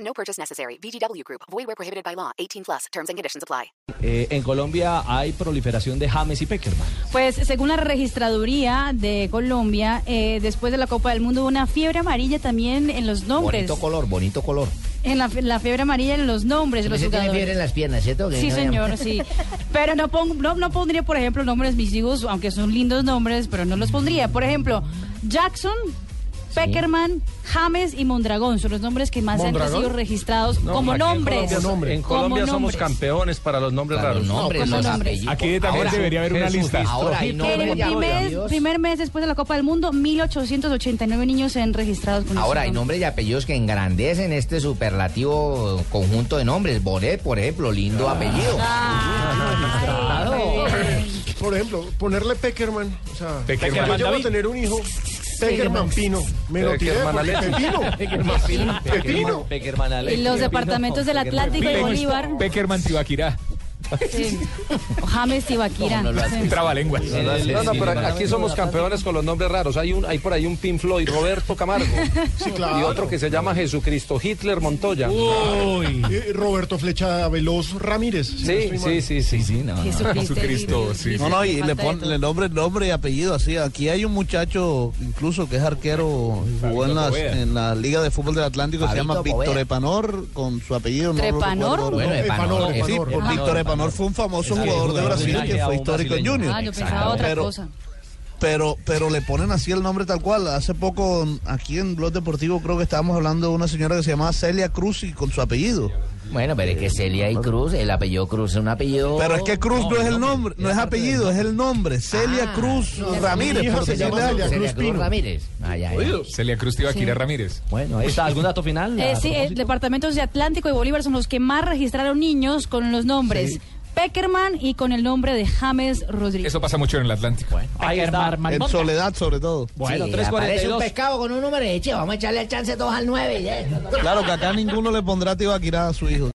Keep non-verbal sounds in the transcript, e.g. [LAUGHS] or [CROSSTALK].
No purchase necessary. VGW Group. Void where prohibited by law. 18 plus. Terms and conditions apply. Eh, en Colombia hay proliferación de James y Peckerman. Pues según la registraduría de Colombia, eh, después de la Copa del Mundo, una fiebre amarilla también en los nombres. Bonito color, bonito color. En la, la fiebre amarilla en los nombres de los Se tiene jugadores. fiebre en las piernas, ¿cierto? pues, Que Sí, no señor, veamos. sí. Pero no, pon- no, no pondría, por ejemplo, nombres mis hijos, aunque son lindos nombres, pero no los pondría. Por ejemplo, Jackson, Peckerman, James y Mondragón son los nombres que más han ¿Mondragón? sido registrados No, como aquí en nombres. Colombia- En Como Colombia somos nombres. campeones para los nombres Para raros. los nombres, como los nombres. apellidos. Aquí también debería haber una lista. Ahora hay En nombres el ya primer, apellidos. primer mes después de la Copa del Mundo, 1.889 niños se han registrado con Ahora ese hay nombre. nombres y apellidos que engrandecen este superlativo conjunto de nombres. Bonet, por ejemplo, lindo apellido. Ah, Ay, qué bien. Por ejemplo, ponerle Peckerman. O sea, Peckerman. yo llevo a David. tener un hijo, Peckerman Pino. Me lo tiré Peckerman porque Alejo. Pepino. [LAUGHS] Peckerman Pino. Pepino. Peckerman eh, Alex. Y los departamentos del Atlántico y Peckerman. Bolívar. Peckerman Tibaquirá. sí. O James Tibaquira. No, no lo sí. Trabalenguas. No, no, pero aquí somos campeones con los nombres raros. Hay un, hay por ahí un Pin Floyd, Roberto Camargo. Ah, claro. Y otro que se llama Jesucristo Hitler Montoya. Uh, Uy. Eh, Roberto Flecha Veloz Ramírez. si no Sí, estoy sí, mal. sí, sí. Jesucristo, sí. No, no, y le ponen el nombre, nombre y apellido así. Aquí hay un muchacho, incluso que es arquero, y jugó en, las- Poveda. en la Liga de Fútbol del Atlántico, se llama Fabito Poveda. Víctor Epanor, con su apellido. No lo ¿Trepanor? recuerdo ahora. Bueno, Epanor, Epanor, es- Sí, Epanor. por Víctor Epanor fue un famoso Exacto. jugador de Jugador Brasil brasileño, que un fue histórico en brasileño. Junior. Ah, yo pensaba otra Pero- cosa. Pero, pero le ponen así el nombre tal cual. Hace poco aquí en Blog Deportivo creo que estábamos hablando de una señora que se llamaba Celia Cruz y con su apellido. Bueno, pero es que Celia y Cruz, el apellido Cruz es un apellido. Pero es que Cruz no, es el nombre, no es apellido, es el nombre. Celia Ah, Cruz no, mi Ramírez, hija por se decirle llama algo. Celia Celia Cruz Cruz Pino. Ramírez. Ay, ay, ay. Celia Cruz Tibaquirá Ramírez. Bueno, ahí está. ¿Algún dato final? Ah, Eh, a sí, eh, propósito? departamentos de Atlántico y Bolívar son los que más registraron niños con los nombres Peckerman y con el nombre de James Rodríguez. Eso pasa mucho en el Atlántico. Ahí está. En soledad sobre todo. Bueno, Sí, aparece un 342. pescado con un número de che, vamos a echarle al chance todos al 9. Claro que acá ninguno le pondrá Tibaquirá a su hijo.